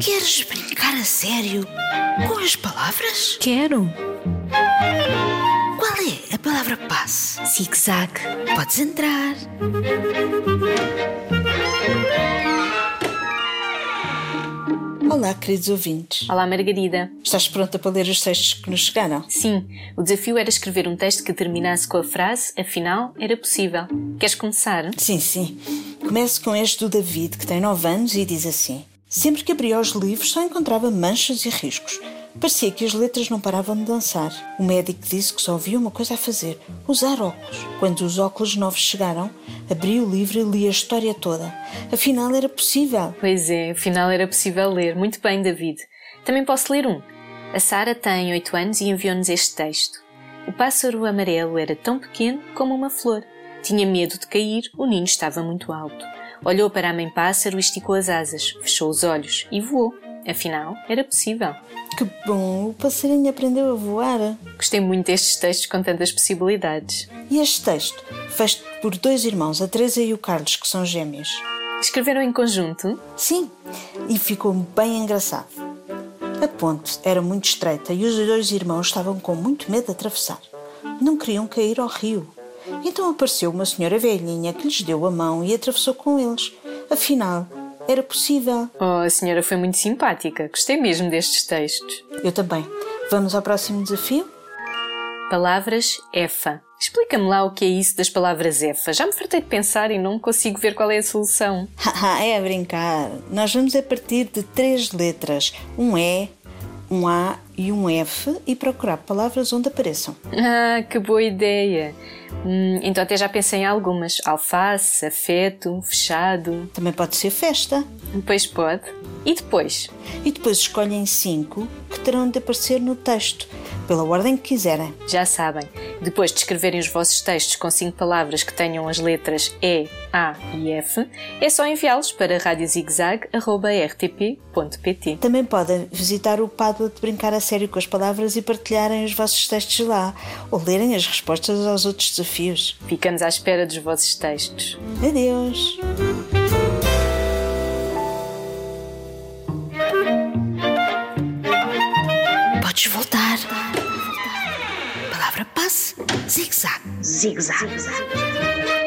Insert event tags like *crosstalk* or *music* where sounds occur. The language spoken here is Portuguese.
Queres brincar a sério com as palavras? Quero. Qual é a palavra passe? Zig-zag. Podes entrar. Olá, queridos ouvintes. Olá, Margarida. Estás pronta para ler os textos que nos chegaram? Sim, o desafio era escrever um texto que terminasse com a frase Afinal, era possível. Queres começar? Sim, sim. Começo com este do David, que tem 9 anos e diz assim: Sempre que abria os livros só encontrava manchas e riscos. Parecia que as letras não paravam de dançar. O médico disse que só havia uma coisa a fazer: usar óculos. Quando os óculos novos chegaram, abri o livro e li a história toda. Afinal, era possível. Pois é, afinal era possível ler. Muito bem, David. Também posso ler um. A Sara tem 8 anos e enviou-nos este texto. O pássaro amarelo era tão pequeno como uma flor. Tinha medo de cair, o ninho estava muito alto. Olhou para a mãe pássaro e esticou as asas, fechou os olhos e voou. Afinal, era possível. Que bom, o passarinho aprendeu a voar. Gostei muito destes textos com tantas possibilidades. E este texto, feito por dois irmãos, a Teresa e o Carlos, que são gêmeos. Escreveram em conjunto? Sim, e ficou bem engraçado. A ponte era muito estreita e os dois irmãos estavam com muito medo de atravessar. Não queriam cair ao rio. Então apareceu uma senhora velhinha que lhes deu a mão e atravessou com eles. Afinal, era possível. Oh, a senhora foi muito simpática. Gostei mesmo destes textos. Eu também. Vamos ao próximo *laughs* desafio? Palavras EFA. Explica-me lá o que é isso das palavras EFA. Já me fartei de pensar e não consigo ver qual é a solução. Haha, é a brincar. Nós vamos a partir de três letras: um E, um A e um F e procurar palavras onde apareçam. Ah, que boa ideia! Hum, então até já pensei em algumas. Alface, afeto, fechado. Também pode ser festa. Depois pode. E depois? E depois escolhem cinco que terão de aparecer no texto, pela ordem que quiserem. Já sabem, depois de escreverem os vossos textos com cinco palavras que tenham as letras E, A e F, é só enviá-los para radiozigzag.rtp.pt. Também podem visitar o Pádua de Brincar a Sério com as Palavras e partilharem os vossos textos lá, ou lerem as respostas aos outros desafios. Ficamos à espera dos vossos textos. Adeus! Podes voltar. Palavra passe, zigue-zague. zig-zag.